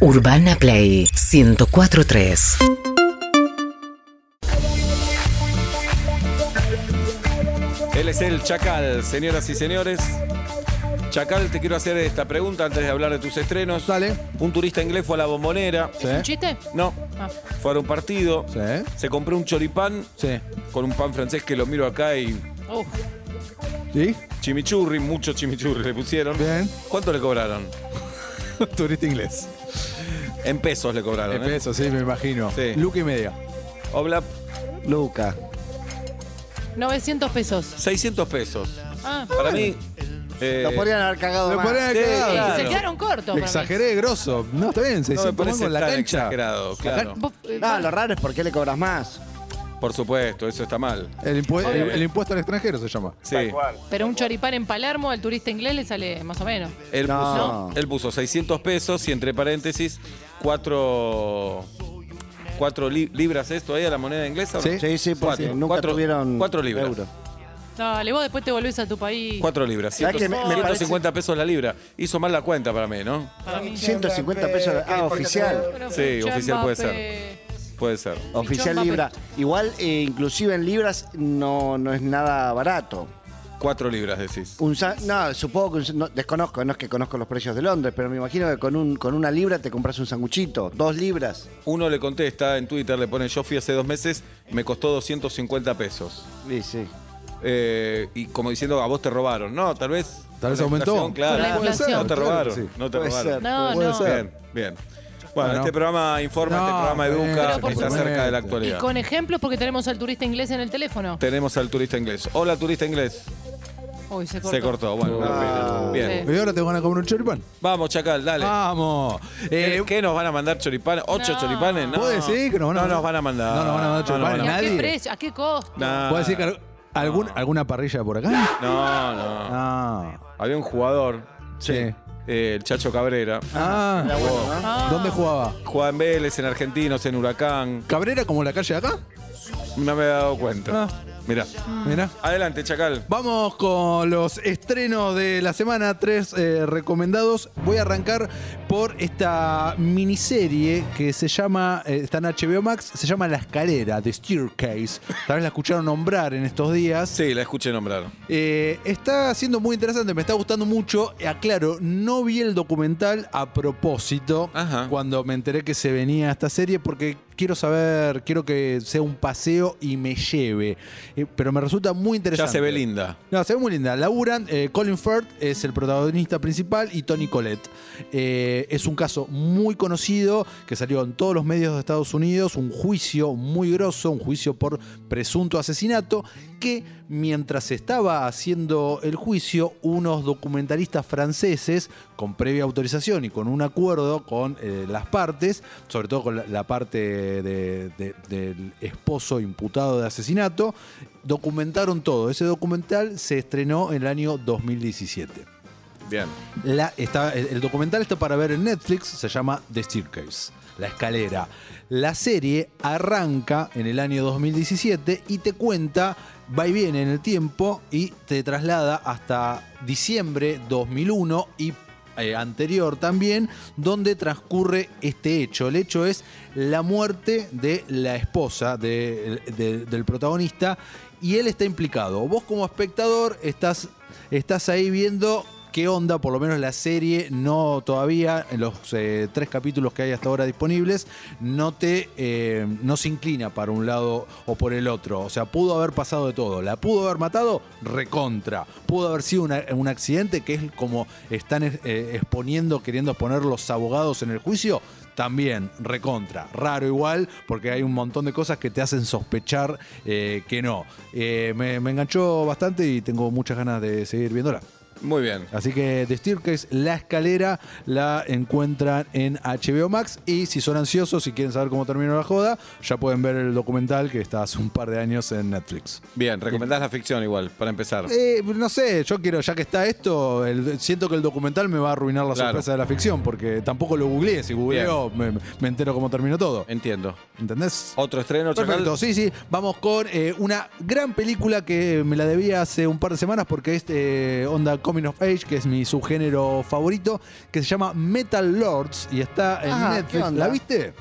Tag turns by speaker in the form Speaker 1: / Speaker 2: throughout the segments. Speaker 1: Urbana Play 1043.
Speaker 2: Él es el Chacal, señoras y señores. Chacal, te quiero hacer esta pregunta antes de hablar de tus estrenos.
Speaker 3: Dale.
Speaker 2: Un turista inglés fue a la bombonera.
Speaker 3: Sí.
Speaker 4: ¿Un chiste?
Speaker 2: No,
Speaker 4: Ah.
Speaker 2: fue a un partido.
Speaker 3: Sí.
Speaker 2: Se compró un choripán
Speaker 3: Sí.
Speaker 2: con un pan francés que lo miro acá y
Speaker 4: Uh,
Speaker 3: ¿Sí?
Speaker 2: chimichurri, mucho chimichurri le pusieron.
Speaker 3: Bien.
Speaker 2: ¿Cuánto le cobraron?
Speaker 3: Turista inglés.
Speaker 2: En pesos le cobraron.
Speaker 3: En
Speaker 2: ¿eh?
Speaker 3: peso, sí, me imagino.
Speaker 2: Sí.
Speaker 3: Luca y media.
Speaker 2: Obla,
Speaker 3: Luca.
Speaker 4: 900 pesos.
Speaker 2: 600 pesos.
Speaker 4: Ah,
Speaker 2: Para mí... eh,
Speaker 5: Lo podrían haber cagado
Speaker 3: Lo
Speaker 5: más.
Speaker 3: ponen
Speaker 2: Sí,
Speaker 3: acá.
Speaker 4: eh,
Speaker 2: Ah, claro.
Speaker 4: se quedaron cortos. para mí.
Speaker 3: Exageré grosso. No, está bien, se
Speaker 2: no me parece
Speaker 3: con la
Speaker 2: tan
Speaker 3: cancha.
Speaker 2: exagerado, claro.
Speaker 4: Vos, eh,
Speaker 5: No, lo raro es por qué le cobras más.
Speaker 2: Por supuesto, eso está mal.
Speaker 3: El, impue- el- el impuesto al extranjero se llama.
Speaker 2: Sí.
Speaker 4: Pero un choripán en Palermo al turista inglés le sale más o menos.
Speaker 2: Él,
Speaker 5: No.
Speaker 2: puso, él puso 600 pesos y entre paréntesis, cuatro, cuatro li- libras esto ahí a la moneda inglesa. ¿o no?
Speaker 3: Sí.
Speaker 5: Sí, pues sí, porque
Speaker 2: Cuatro.
Speaker 5: nunca
Speaker 2: Cuatro-
Speaker 5: tuvieron
Speaker 2: cuatro libras.
Speaker 5: euro.
Speaker 4: Dale, vos después te volvés a tu país.
Speaker 2: Cuatro libras,
Speaker 5: ¿Sabés
Speaker 2: 100,
Speaker 5: que me- me
Speaker 2: 150 pesos la libra. Hizo mal la cuenta para mí, ¿no?
Speaker 4: Para mí.
Speaker 5: 150 pesos. Ah, oficial.
Speaker 4: Pero
Speaker 2: Sí,
Speaker 4: Fichón
Speaker 2: oficial puede
Speaker 4: Mbappé.
Speaker 2: Puede ser.
Speaker 5: Oficial
Speaker 4: Mbappé.
Speaker 5: libra. Igual, eh, inclusive en libras, no, no es nada barato.
Speaker 2: Cuatro libras decís.
Speaker 5: Un sa- no, supongo que un sa- no, desconozco, no es que conozco los precios de Londres, pero me imagino que con, un, con una libra te compras un sanguchito, dos libras.
Speaker 2: Uno le contesta en Twitter, le pone yo fui hace dos meses, me costó 250 pesos.
Speaker 5: Sí, sí.
Speaker 2: Eh, y como diciendo, a vos te robaron. No, tal vez...
Speaker 3: Tal vez
Speaker 2: con la
Speaker 3: aumentó.
Speaker 2: inflación,
Speaker 4: Con la
Speaker 2: Claro,
Speaker 4: inflación.
Speaker 2: no te
Speaker 3: Claro que
Speaker 2: robaron.
Speaker 3: sí.
Speaker 2: No te
Speaker 5: Puede
Speaker 2: robaron.
Speaker 5: ser.
Speaker 4: No,
Speaker 3: Puede
Speaker 4: no.
Speaker 3: ser.
Speaker 2: Bien, bien. Bueno,
Speaker 3: Bueno.
Speaker 2: este programa informa,
Speaker 3: No,
Speaker 2: este
Speaker 3: bueno,
Speaker 2: programa
Speaker 4: pero
Speaker 2: educa, está
Speaker 4: por
Speaker 2: cerca de la
Speaker 3: supuesto.
Speaker 4: Y
Speaker 2: actualidad.
Speaker 4: con ejemplos porque tenemos al turista inglés en el teléfono.
Speaker 2: Tenemos al turista inglés. Hola, turista inglés.
Speaker 4: Uy, se cortó.
Speaker 2: Se cortó. Bueno,
Speaker 3: Ah,
Speaker 2: una pena. bien.
Speaker 4: Sí.
Speaker 3: Y ahora te van a comer un choripán.
Speaker 2: Vamos, Chacal, dale.
Speaker 3: Vamos.
Speaker 2: ¿Qué-
Speaker 3: Ah, Eh,
Speaker 2: ¿Qué nos van a mandar choripanes? ¿Ocho
Speaker 4: No.
Speaker 2: choripanes? No.
Speaker 3: ¿Vos decís que nos van
Speaker 2: No
Speaker 3: a mandar?
Speaker 2: nos van a mandar.
Speaker 3: No nos van a mandar
Speaker 2: No,
Speaker 3: choripanes.
Speaker 4: ¿Y
Speaker 2: nos
Speaker 4: a qué
Speaker 3: Nadie.
Speaker 4: precio? ¿A qué costo?
Speaker 2: van a-
Speaker 3: ¿Puedo decir que al- algún- alguna parrilla por acá?
Speaker 2: Ah. No, no.
Speaker 3: Ah.
Speaker 2: Había un jugador,
Speaker 3: Sí.
Speaker 2: eh, el Chacho Cabrera.
Speaker 3: Ah.
Speaker 4: Ah.
Speaker 3: ¿Dónde jugaba?
Speaker 2: Juan Vélez en Argentinos, en Huracán.
Speaker 3: ¿Cabrera como la calle de acá?
Speaker 2: No me había dado cuenta.
Speaker 3: Ah.
Speaker 2: Mirá.
Speaker 3: Mirá.
Speaker 2: Adelante, Chacal.
Speaker 3: Vamos con los estrenos de la semana, tres eh, recomendados. Voy a arrancar por esta miniserie que se llama, eh, está en HBO Max, se llama La Escalera, The Staircase. Tal vez la escucharon nombrar en estos días.
Speaker 2: Sí, la escuché nombrar.
Speaker 3: Eh, está siendo muy interesante, me está gustando mucho. Eh, Aclaro, no vi el documental a propósito
Speaker 2: Ajá.
Speaker 3: cuando me enteré que se venía esta serie porque quiero saber, quiero que sea un paseo y me lleve. Eh, pero me resulta muy
Speaker 2: Ya
Speaker 3: interesante.
Speaker 2: se ve linda.
Speaker 3: No, se ve muy linda. Laburan, eh, Colin Firth es el protagonista principal y Tony Collette. Eh, es un caso muy conocido que salió en todos los medios de Estados Unidos, un juicio muy grosso, un juicio por presunto asesinato, que mientras se estaba haciendo el juicio, unos documentalistas franceses, con previa autorización y con un acuerdo con eh, las partes, sobre todo con la, la parte de- de- del esposo imputado de asesinato, documentaron todo. Ese documental se estrenó en el año 2017.
Speaker 2: Bien.
Speaker 3: La- está- el, el documental está para ver en Netflix, se llama The Staircase, La Escalera. La serie arranca en el año 2017 y te cuenta, va y viene en el tiempo y te traslada hasta diciembre 2001 y eh, anterior también, donde transcurre este hecho. El hecho es la muerte de la esposa de- de- del protagonista y él está implicado. Vos como espectador estás, estás ahí viendo qué onda, por lo menos la serie, no todavía, en los eh, tres capítulos que hay hasta ahora disponibles, no te eh, no se inclina para un lado o por el otro. O sea, pudo haber pasado de todo. La pudo haber matado, recontra. Pudo haber sido una- un accidente, que es como están eh, exponiendo, queriendo exponer los abogados en el juicio, también recontra. Raro igual, porque hay un montón de cosas que te hacen sospechar eh, que no. Eh, me, me enganchó bastante y tengo muchas ganas de seguir viéndola.
Speaker 2: Muy bien.
Speaker 3: Así que The Staircase, La Escalera, la encuentran en HBO Max. Y si son ansiosos y quieren saber cómo terminó la joda, ya pueden ver el documental que está hace un par de años en Netflix.
Speaker 2: Bien, recomendás la ficción igual, para empezar.
Speaker 3: Eh, no sé, yo quiero, ya que está esto, el- siento que el documental me va a arruinar la
Speaker 2: Claro.
Speaker 3: sorpresa de la ficción, porque tampoco lo googleé. Si googleo, me, me entero cómo terminó todo.
Speaker 2: Entiendo.
Speaker 3: ¿Entendés?
Speaker 2: Otro estreno, Chacal.
Speaker 3: Perfecto, sí, sí. Vamos con eh, una gran película que me la debía hace un par de semanas porque es eh, onda Coming of Age, que es mi subgénero favorito, que se llama Metal Lords y está en
Speaker 5: Ah, ¿qué
Speaker 3: Netflix.
Speaker 5: onda?
Speaker 3: ¿La viste?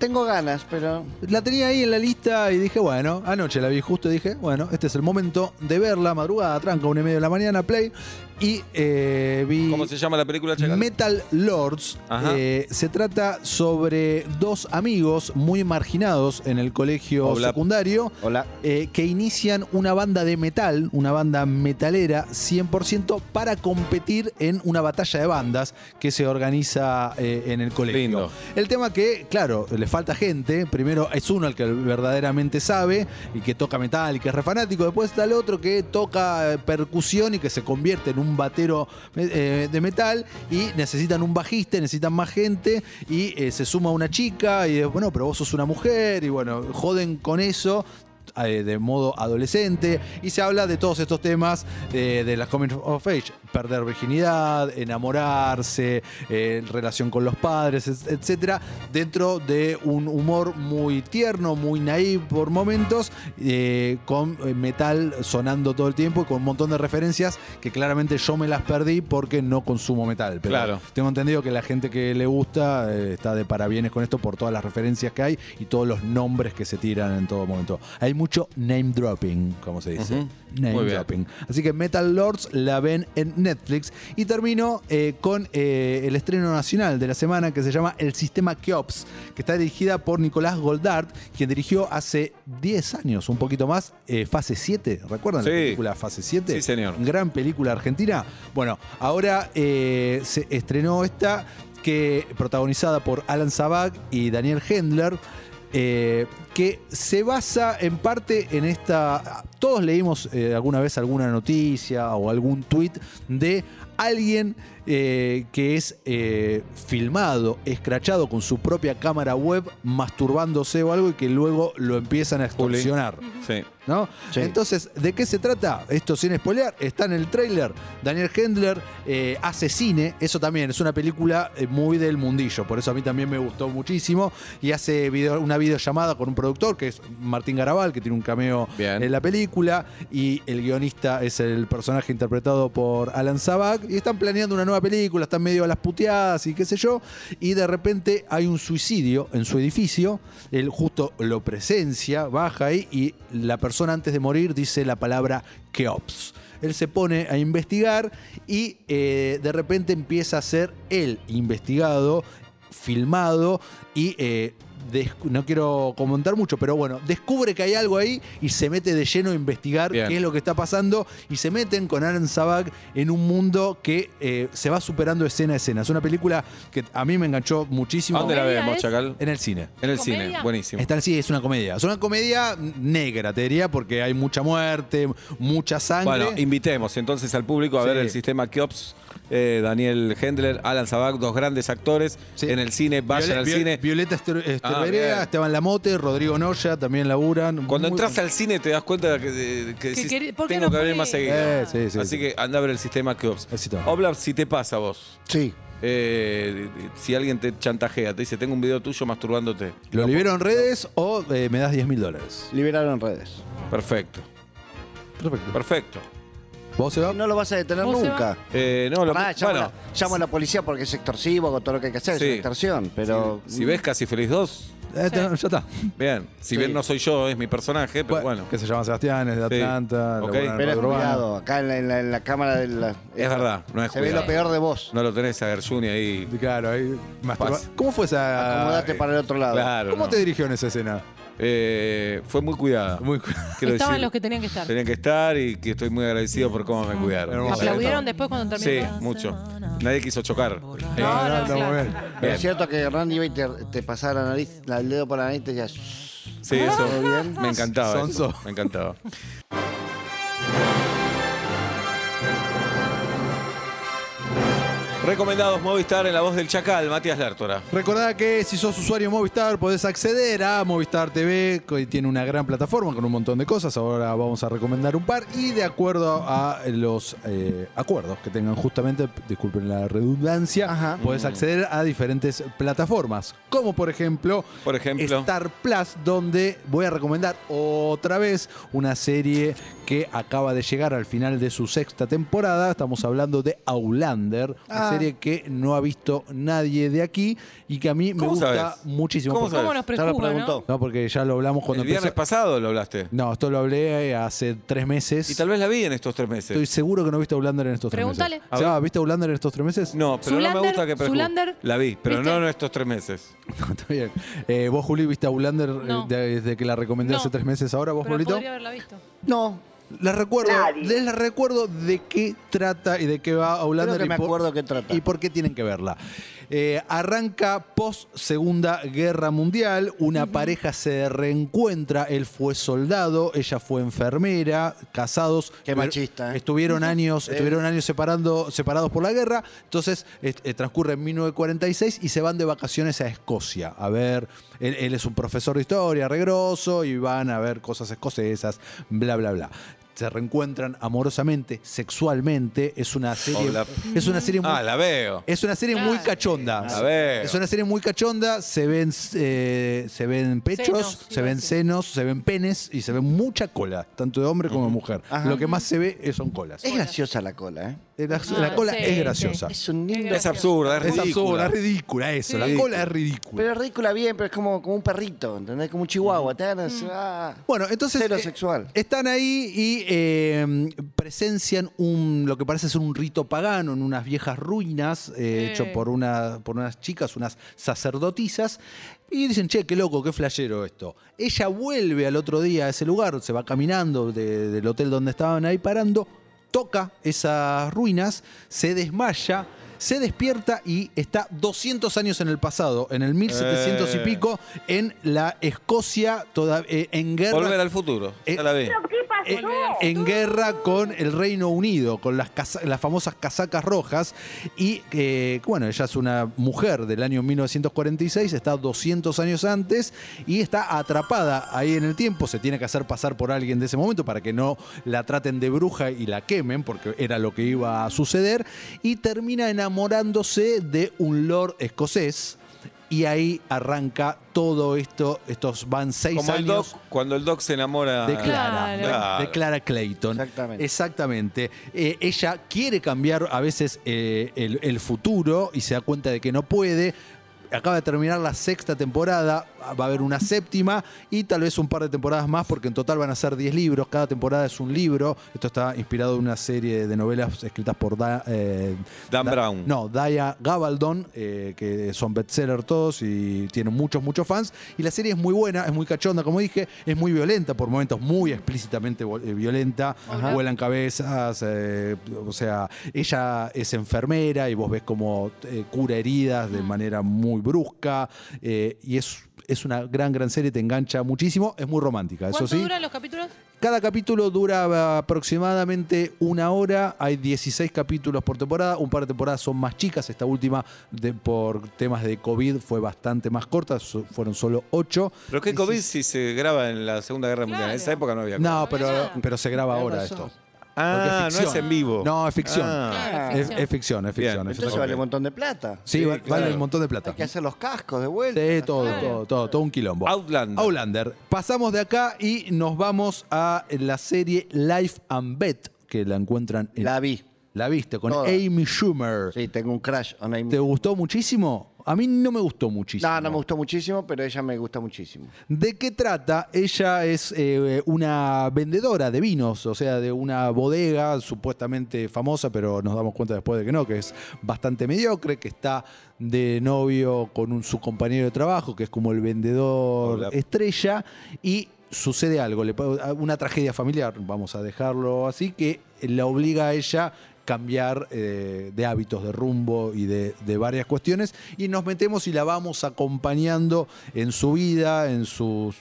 Speaker 5: Tengo ganas, pero.
Speaker 3: La tenía ahí en la lista y dije, bueno, anoche la vi justo y dije, bueno, este es el momento de verla, madrugada, tranca, una y media de la mañana, play. Y eh, vi.
Speaker 2: ¿Cómo se llama la película, Chacal?
Speaker 3: Metal Lords
Speaker 2: Ajá.
Speaker 3: eh, se trata sobre dos amigos muy marginados en el colegio
Speaker 2: Hola.
Speaker 3: secundario
Speaker 5: Hola.
Speaker 3: eh, que inician una banda de metal, una banda metalera 100% para competir en una batalla de bandas que se organiza eh, en el colegio.
Speaker 2: Lindo.
Speaker 3: El tema que, claro, le falta gente. Primero es uno el que verdaderamente sabe y que toca metal y que es refanático. Después está el otro que toca eh, percusión y que se convierte en un batero eh, de metal. Y necesitan un bajista, necesitan más gente. Y eh, se suma una chica y eh, bueno, pero vos sos una mujer. Y bueno, joden con eso eh, de modo adolescente y se habla de todos estos temas eh, de las coming of age, perder virginidad, enamorarse, eh, relación con los padres, et- etcétera, dentro de un humor muy tierno, muy naive por momentos, eh, con eh, metal sonando todo el tiempo y con un montón de referencias que claramente yo me las perdí porque no consumo metal. Pero
Speaker 2: Claro.
Speaker 3: tengo entendido que la gente que le gusta eh, está de parabienes con esto por todas las referencias que hay y todos los nombres que se tiran en todo momento. Hay mucho name dropping, como se dice.
Speaker 2: Ujú.
Speaker 3: Name
Speaker 2: Muy bien.
Speaker 3: dropping. Así que Metal Lords la ven en Netflix. Y termino eh, con eh, el estreno nacional de la semana que se llama El Sistema Keops, que está dirigida por Nicolás Goldart, quien dirigió hace 10 años, un poquito más, eh, Fase 7. ¿Recuerdan la
Speaker 2: Sí.
Speaker 3: película Fase 7?
Speaker 2: Sí, señor.
Speaker 3: gran película argentina. Bueno, ahora eh, se estrenó esta, que protagonizada por Alan Zabag y Daniel Hendler. eh, que se basa en parte en esta. Todos leímos eh, alguna vez alguna noticia o algún tweet de alguien eh, que es eh, filmado, escrachado con su propia cámara web, masturbándose o algo y que luego lo empiezan a
Speaker 2: Juli.
Speaker 3: extorsionar.
Speaker 2: Sí.
Speaker 3: ¿no?
Speaker 5: Sí.
Speaker 3: Entonces, ¿de qué se trata? Esto sin spoiler, está en el tráiler. Daniel Hendler eh, hace cine, eso también, es una película eh, muy del mundillo, por eso a mí también me gustó muchísimo. Y hace video- una videollamada con un productor que es Martín Garabal, que tiene un cameo
Speaker 2: Bien.
Speaker 3: en la película. Y el guionista es el personaje interpretado por Alan Zabak. Y están planeando una nueva película, están medio a las puteadas y qué sé yo. Y de repente hay un suicidio en su edificio. Él justo lo presencia, baja ahí y la persona antes de morir dice la palabra Keops. Él se pone a investigar y eh, de repente empieza a ser él investigado, filmado y eh, descu- no quiero comentar mucho, pero bueno, descubre que hay algo ahí y se mete de lleno a investigar
Speaker 2: Bien.
Speaker 3: qué es lo que está pasando y se meten con Aaron Sabak en un mundo que eh, se va superando escena a escena. Es una película que a mí me enganchó
Speaker 2: ¿A
Speaker 3: muchísimo
Speaker 2: dónde la
Speaker 4: Comedia
Speaker 2: vemos,
Speaker 4: es-
Speaker 2: Chacal?
Speaker 3: en el cine.
Speaker 2: En el
Speaker 4: ¿Comedia?
Speaker 2: cine. Buenísimo.
Speaker 3: Está sí, es una comedia. Es una comedia negra, te diría, porque hay mucha muerte, mucha sangre.
Speaker 2: Bueno, invitemos entonces al público a
Speaker 3: Sí.
Speaker 2: ver el sistema Keops. eh, Daniel Hendler, Alan Zabak, dos grandes actores
Speaker 3: Sí.
Speaker 2: en el cine. Vayan
Speaker 3: Viole-
Speaker 2: al
Speaker 3: Viol-
Speaker 2: cine. Ah,
Speaker 3: Violeta Ester- Esterberea,
Speaker 2: bien.
Speaker 3: Esteban Lamote, Rodrigo Noya también laburan.
Speaker 2: Cuando
Speaker 3: Muy-
Speaker 2: entras al cine te das cuenta que, de- que decís,
Speaker 4: querí- ¿por qué
Speaker 2: tengo
Speaker 4: no
Speaker 2: que abrir
Speaker 4: fui?"
Speaker 2: más seguido.
Speaker 3: Eh, sí, sí,
Speaker 2: Así
Speaker 3: sí.
Speaker 2: que anda a ver el sistema Keops.
Speaker 3: Éxito.
Speaker 2: Obla, si te pasa a vos,
Speaker 5: Sí.
Speaker 2: eh, si alguien te chantajea, te dice, tengo un video tuyo masturbándote.
Speaker 3: ¿Lo libero en redes o eh, me das 10 mil dólares?
Speaker 5: Liberaron redes.
Speaker 2: Perfecto,
Speaker 3: Perfecto.
Speaker 2: perfecto.
Speaker 3: ¿Vos se va?
Speaker 5: No lo vas a detener
Speaker 4: ¿Vos se
Speaker 5: nunca.
Speaker 2: Eh, no, lo-
Speaker 5: Pará, llamo,
Speaker 2: bueno,
Speaker 5: a la, llamo a la policía porque es extorsivo con todo lo que hay que hacer,
Speaker 2: Sí.
Speaker 5: es una extorsión. Pero.
Speaker 2: si ves Casi Feliz 2,
Speaker 3: Eh, te- Ya está.
Speaker 2: bien. Si
Speaker 5: Sí.
Speaker 2: bien no soy yo, es mi personaje, pero bueno.
Speaker 3: Que se llama Sebastián, es de
Speaker 2: Sí.
Speaker 3: Atlanta.
Speaker 2: Ok.
Speaker 3: laburan en
Speaker 5: Pero es
Speaker 3: Radio Urbana.
Speaker 5: cuidado. Acá en la, en la- en la cámara de la.
Speaker 2: Es verdad, no es
Speaker 5: Se ve
Speaker 2: cuidado.
Speaker 5: lo peor de vos.
Speaker 2: No lo tenés a Gershuni ahí.
Speaker 3: Y Claro, ahí. masturba-
Speaker 2: Pase.
Speaker 3: ¿Cómo fue esa.? eh,
Speaker 5: Acomodate para el otro lado.
Speaker 2: eh, Claro.
Speaker 3: ¿Cómo
Speaker 2: no.
Speaker 3: te dirigió en esa escena?
Speaker 2: Eh, fue muy cuidada.
Speaker 3: Muy-
Speaker 2: quiero
Speaker 4: Estaban
Speaker 2: decir.
Speaker 4: los que tenían que estar.
Speaker 2: Tenían que estar y que estoy muy agradecido por cómo me cuidaron.
Speaker 3: Hermoso.
Speaker 4: Aplaudieron después cuando
Speaker 2: Sí,
Speaker 4: terminó.
Speaker 2: mucho. Nadie quiso chocar. Eh,
Speaker 4: No, no,
Speaker 3: está muy
Speaker 4: claro.
Speaker 3: bien.
Speaker 5: Pero es cierto que Hernán iba y te, te pasaba la nariz, la- el dedo por la nariz y te decía. "Shh".
Speaker 2: Sí, eso. Me encantaba. eso,
Speaker 3: Sonso.
Speaker 2: Me encantaba. Recomendados Movistar en la voz del Chacal, Matías Lártora.
Speaker 3: Recordá que si sos usuario Movistar podés acceder a Movistar TV, que tiene una gran plataforma con un montón de cosas. Ahora vamos a recomendar un par y de acuerdo a los eh, acuerdos que tengan justamente, disculpen la redundancia, podés
Speaker 2: Mm.
Speaker 3: acceder a diferentes plataformas, como por ejemplo,
Speaker 2: Por ejemplo.
Speaker 3: Star Plus, donde voy a recomendar otra vez una serie que acaba de llegar al final de su sexta temporada. Estamos hablando de Outlander,
Speaker 4: Ah.
Speaker 3: una serie que no ha visto nadie de aquí y que a mí me
Speaker 2: ¿Cómo
Speaker 3: gusta
Speaker 2: sabes?
Speaker 3: muchísimo.
Speaker 2: ¿Cómo
Speaker 3: porque-
Speaker 4: ¿Cómo nos
Speaker 5: Ya lo
Speaker 4: preocupa,
Speaker 5: preguntó.
Speaker 4: Ah, no?
Speaker 3: No, porque ya lo hablamos cuando
Speaker 2: el viernes
Speaker 3: empezó-
Speaker 2: pasado lo hablaste.
Speaker 3: No, esto lo hablé eh, hace tres meses.
Speaker 2: Y tal vez la vi en estos tres meses.
Speaker 3: Estoy seguro que no viste Outlander en estos
Speaker 4: Pregúntale.
Speaker 3: tres meses.
Speaker 2: A
Speaker 3: Seba, ¿viste Outlander en estos tres meses?
Speaker 2: No, pero no
Speaker 4: Zoolander,
Speaker 2: me gusta que prejuzgue.
Speaker 4: Zoolander,
Speaker 2: La vi, pero
Speaker 4: ¿viste?
Speaker 2: no en estos tres meses.
Speaker 3: No, está bien. Eh, ¿Vos, Juli, viste Outlander eh,
Speaker 4: No.
Speaker 3: de- desde que la recomendé
Speaker 4: No.
Speaker 3: hace tres meses ahora? ¿Vos,
Speaker 4: Pero
Speaker 3: Pablito?
Speaker 4: podría haberla visto.
Speaker 5: No,
Speaker 3: Les recuerdo,
Speaker 6: Nadie.
Speaker 3: les recuerdo de qué trata y de qué va Outlander
Speaker 5: Creo que
Speaker 3: y
Speaker 5: me
Speaker 3: por-
Speaker 5: acuerdo qué trata.
Speaker 3: y por qué tienen que verla. Eh, arranca post Segunda Guerra Mundial, una pareja se reencuentra, él fue soldado, ella fue enfermera, casados.
Speaker 5: Qué
Speaker 3: pero
Speaker 5: machista, ¿eh?
Speaker 3: Estuvieron años, estuvieron años separando, separados por la guerra, entonces eh, eh, transcurre en 1946 y se van de vacaciones a Escocia. A ver, él, él es un profesor de historia, regroso, y van a ver cosas escocesas, bla, bla, bla. Se reencuentran amorosamente, sexualmente, es una serie,
Speaker 2: Hola.
Speaker 3: es una serie muy
Speaker 2: Ah, la veo.
Speaker 3: es una serie
Speaker 4: Claro.
Speaker 3: muy cachonda.
Speaker 2: La veo.
Speaker 3: Es una serie muy cachonda. Se ven, eh, se ven pechos,
Speaker 4: Senos,
Speaker 3: se
Speaker 4: iba a
Speaker 3: ven
Speaker 4: decir.
Speaker 3: senos, se ven penes y se ven mucha cola, tanto de hombre como de mujer.
Speaker 5: Ajá.
Speaker 3: Lo que más se ve eh, son colas.
Speaker 5: es graciosa la cola, ¿eh?
Speaker 3: La,
Speaker 4: Ah,
Speaker 3: la cola
Speaker 4: sí,
Speaker 3: es
Speaker 2: Ah.
Speaker 3: graciosa.
Speaker 5: Es un lindo...
Speaker 2: Es absurda, es
Speaker 3: Es
Speaker 2: ridícula.
Speaker 3: absurda, es ridícula eso.
Speaker 4: Sí.
Speaker 3: La cola es ridícula.
Speaker 5: Pero es ridícula bien, pero es como, como un perrito, ¿entendés? Como un chihuahua. Te dan así, ah.
Speaker 3: Bueno, entonces.
Speaker 5: Cero
Speaker 3: eh,
Speaker 5: sexual.
Speaker 3: Están ahí y eh, presencian un, lo que parece ser un rito pagano en unas viejas ruinas eh,
Speaker 4: Eh.
Speaker 3: hecho por, una, por unas chicas, unas sacerdotisas. Y dicen, che, qué loco, qué flashero esto. Ella vuelve al otro día a ese lugar, se va caminando de- del hotel donde estaban ahí parando, toca esas ruinas, se desmaya. Se despierta y está 200 años en el pasado, en el 1700 y
Speaker 2: Eh.
Speaker 3: pico, en la Escocia, toda, eh, en guerra
Speaker 2: Volver al futuro.
Speaker 3: Eh,
Speaker 2: ya la vi.
Speaker 6: ¿Pero qué pasó?
Speaker 3: eh, en guerra con el Reino Unido, con las, casa- las famosas casacas rojas. Y eh, bueno, ella es una mujer del año 1946, está 200 años antes y está atrapada ahí en el tiempo. Se tiene que hacer pasar por alguien de ese momento para que no la traten de bruja y la quemen, porque era lo que iba a suceder. Y termina enamorándose de un lord escocés. Y ahí arranca todo esto. Estos van seis
Speaker 2: Como el
Speaker 3: años.
Speaker 2: Doc, cuando el Doc se enamora.
Speaker 3: De Clara.
Speaker 2: Claro.
Speaker 3: De Clara Clayton.
Speaker 5: Exactamente.
Speaker 3: Exactamente. Eh, ella quiere cambiar a veces eh, el, el futuro y se da cuenta de que no puede. Acaba de terminar la sexta temporada, va a haber una séptima y tal vez un par de temporadas más, porque en total van a ser 10 libros, cada temporada es un libro. Esto está inspirado en una serie de novelas escritas por Da- eh,
Speaker 2: Dan Brown.
Speaker 3: no, Daya Gabaldon, eh, que son bestseller todos y tienen muchos, muchos fans. Y la serie es muy buena, es muy cachonda, como dije, es muy violenta, por momentos muy explícitamente vol- eh, violenta. Vuelan cabezas, eh, o sea, ella es enfermera y vos ves como eh, cura heridas de manera muy brusca. eh, y es, es una gran, gran serie, te engancha muchísimo. Es muy romántica, eso
Speaker 4: ¿Cuánto
Speaker 3: sí.
Speaker 4: duran los capítulos?
Speaker 3: Cada capítulo dura ah, aproximadamente una hora, hay 16 capítulos por temporada, un par de temporadas son más chicas, esta última de- por temas de COVID fue bastante más corta, so- fueron solo 8.
Speaker 2: Pero qué COVID si se graba en la Segunda Guerra Mundial. En esa
Speaker 4: Claro.
Speaker 2: época no había.
Speaker 3: No,
Speaker 4: había
Speaker 3: pero,
Speaker 4: nada.
Speaker 3: pero se graba
Speaker 5: Tenés
Speaker 3: ahora
Speaker 5: razón.
Speaker 3: esto.
Speaker 2: Ah,
Speaker 3: porque es
Speaker 2: no
Speaker 3: ficción.
Speaker 2: es en vivo.
Speaker 3: No, es ficción.
Speaker 2: Oh. Ah.
Speaker 4: Claro,
Speaker 3: Es,
Speaker 4: ficción.
Speaker 3: es ficción, es
Speaker 2: Bien,
Speaker 3: ficción. es
Speaker 5: Entonces
Speaker 3: ficción.
Speaker 5: vale un montón de plata.
Speaker 3: Sí, va-
Speaker 2: claro.
Speaker 3: vale un montón de plata.
Speaker 5: Hay que hacer los cascos de vuelta.
Speaker 3: Sí, todo,
Speaker 4: Claro.
Speaker 3: todo, todo, todo un quilombo.
Speaker 2: Outlander.
Speaker 3: Outlander. Pasamos de acá y nos vamos a la serie Life and Bet, que la encuentran en
Speaker 5: La vi.
Speaker 3: La viste con
Speaker 5: Toda.
Speaker 3: Amy Schumer.
Speaker 5: Sí, tengo un crash on Amy.
Speaker 3: ¿Te gustó muchísimo? A mí no me gustó muchísimo.
Speaker 5: No, no me gustó muchísimo, pero ella me gusta muchísimo.
Speaker 3: ¿De qué trata? Ella es eh, una vendedora de vinos, o sea, de una bodega supuestamente famosa, pero nos damos cuenta después de que no, que es bastante mediocre, que está de novio con un, su compañero de trabajo, que es como el vendedor
Speaker 2: Hola.
Speaker 3: estrella, y sucede algo, le pa- una tragedia familiar, vamos a dejarlo así, que la obliga a ella cambiar eh, de hábitos, de rumbo y de, de varias cuestiones, y nos metemos y la vamos acompañando en su vida, en sus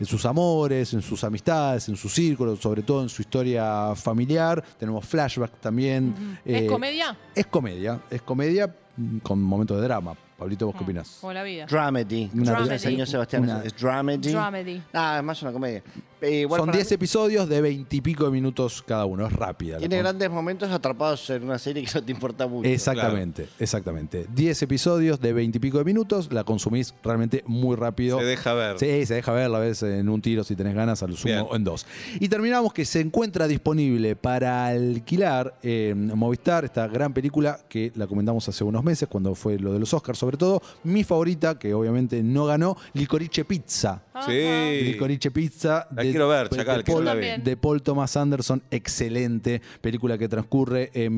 Speaker 3: en sus amores, en sus amistades, en su círculo, sobre todo en su historia familiar. Tenemos flashback también.
Speaker 4: ¿Es
Speaker 3: Eh,
Speaker 4: comedia?
Speaker 3: Es comedia, es comedia mm, con momentos de drama. Pablito,
Speaker 5: Ah,
Speaker 3: ¿vos qué opinás?
Speaker 4: Como la vida.
Speaker 5: Dramedy.
Speaker 3: Una
Speaker 5: Como
Speaker 4: Dramedy.
Speaker 5: enseñó Sebastián.
Speaker 3: Una-
Speaker 5: Es dramedy.
Speaker 4: Dramedy.
Speaker 5: Ah, es más una comedia. Eh, igual
Speaker 3: Son
Speaker 5: para
Speaker 3: 10
Speaker 5: mí
Speaker 3: episodios de 20 y pico de minutos cada uno, es rápida. la
Speaker 5: Tiene
Speaker 3: cosa.
Speaker 5: grandes momentos atrapados en una serie que no te importa mucho.
Speaker 3: Exactamente, exactamente. 10 episodios de 20 y pico de minutos, la consumís realmente muy rápido.
Speaker 2: Se deja ver.
Speaker 3: Sí, se deja ver, la ves en un tiro si tenés ganas, al sumo
Speaker 2: Bien.
Speaker 3: en dos. Y terminamos que se encuentra disponible para alquilar en Movistar, esta gran película que la comentamos hace unos meses, cuando fue lo de los Oscars, sobre todo. Mi favorita, que obviamente no ganó, Licorice Pizza.
Speaker 4: Ajá.
Speaker 2: Sí.
Speaker 3: Licorice Pizza.
Speaker 2: La quiero ver, Chacal, que no
Speaker 3: Paul,
Speaker 4: la vi. También.
Speaker 3: de Paul Thomas Anderson, excelente película que transcurre en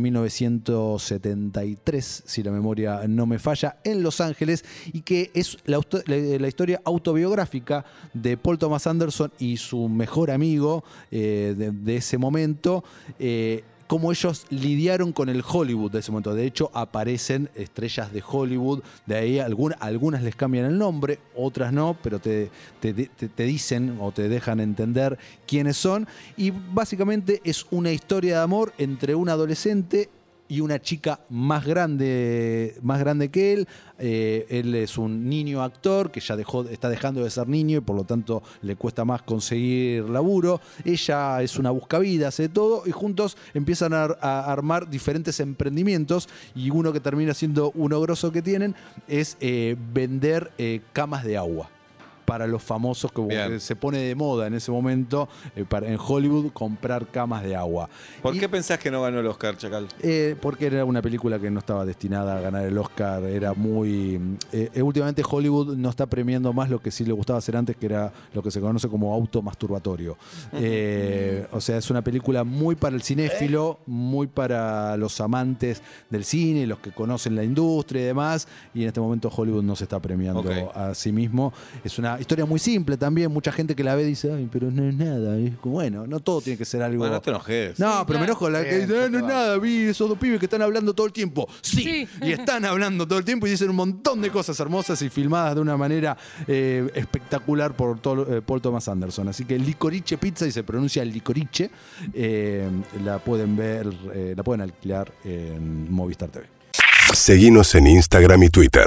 Speaker 3: 1973, si la memoria no me falla, en Los Ángeles, y que es la, auto- la- la historia autobiográfica de Paul Thomas Anderson y su mejor amigo eh, de, de ese momento. eh, cómo ellos lidiaron con el Hollywood de ese momento. De hecho, aparecen estrellas de Hollywood, de ahí algún- algunas les cambian el nombre, otras no, pero te, te- te- te dicen o te dejan entender quiénes son. Y básicamente es una historia de amor entre un adolescente y una chica más grande, más grande que él. Eh, él es un niño actor que ya dejó, está dejando de ser niño y por lo tanto le cuesta más conseguir laburo. Ella es una buscavida, hace de todo y juntos empiezan a, ar- a armar diferentes emprendimientos y uno que termina siendo uno grosso que tienen es eh, vender eh, camas de agua. Para los famosos que
Speaker 2: Bien.
Speaker 3: se pone de moda en ese momento eh, para, en Hollywood comprar camas de agua.
Speaker 2: ¿Por
Speaker 3: Y-
Speaker 2: qué pensás que no ganó el Oscar, Chacal?
Speaker 3: eh, porque era una película que no estaba destinada a ganar el Oscar, era muy... eh, eh, últimamente Hollywood no está premiando más lo que sí le gustaba hacer antes, que era lo que se conoce como automasturbatorio. Eh, o sea, es una película muy para el cinéfilo, muy para los amantes del cine, los que conocen la industria y demás, y en este momento Hollywood no se está premiando
Speaker 2: Ok.
Speaker 3: a sí mismo. Es una historia muy simple también, mucha gente que la ve dice, ay, pero no es nada. Y es como, bueno, no todo tiene que ser algo...
Speaker 2: Bueno, no te enojes.
Speaker 3: No,
Speaker 4: Sí,
Speaker 3: pero me
Speaker 4: claro.
Speaker 3: enojo la que
Speaker 5: Bien,
Speaker 3: dice, "Ah, no es
Speaker 5: total.
Speaker 3: nada, vi esos dos pibes que están hablando todo el tiempo. Sí,
Speaker 4: Sí.
Speaker 3: y están hablando todo el tiempo y dicen un montón de cosas hermosas y filmadas de una manera eh, espectacular por todo- eh, Paul Thomas Anderson. Así que Licoriche Pizza, y se pronuncia Licoriche, eh, la pueden ver, eh, la pueden alquilar en Movistar TV.
Speaker 6: Seguinos en Instagram y Twitter.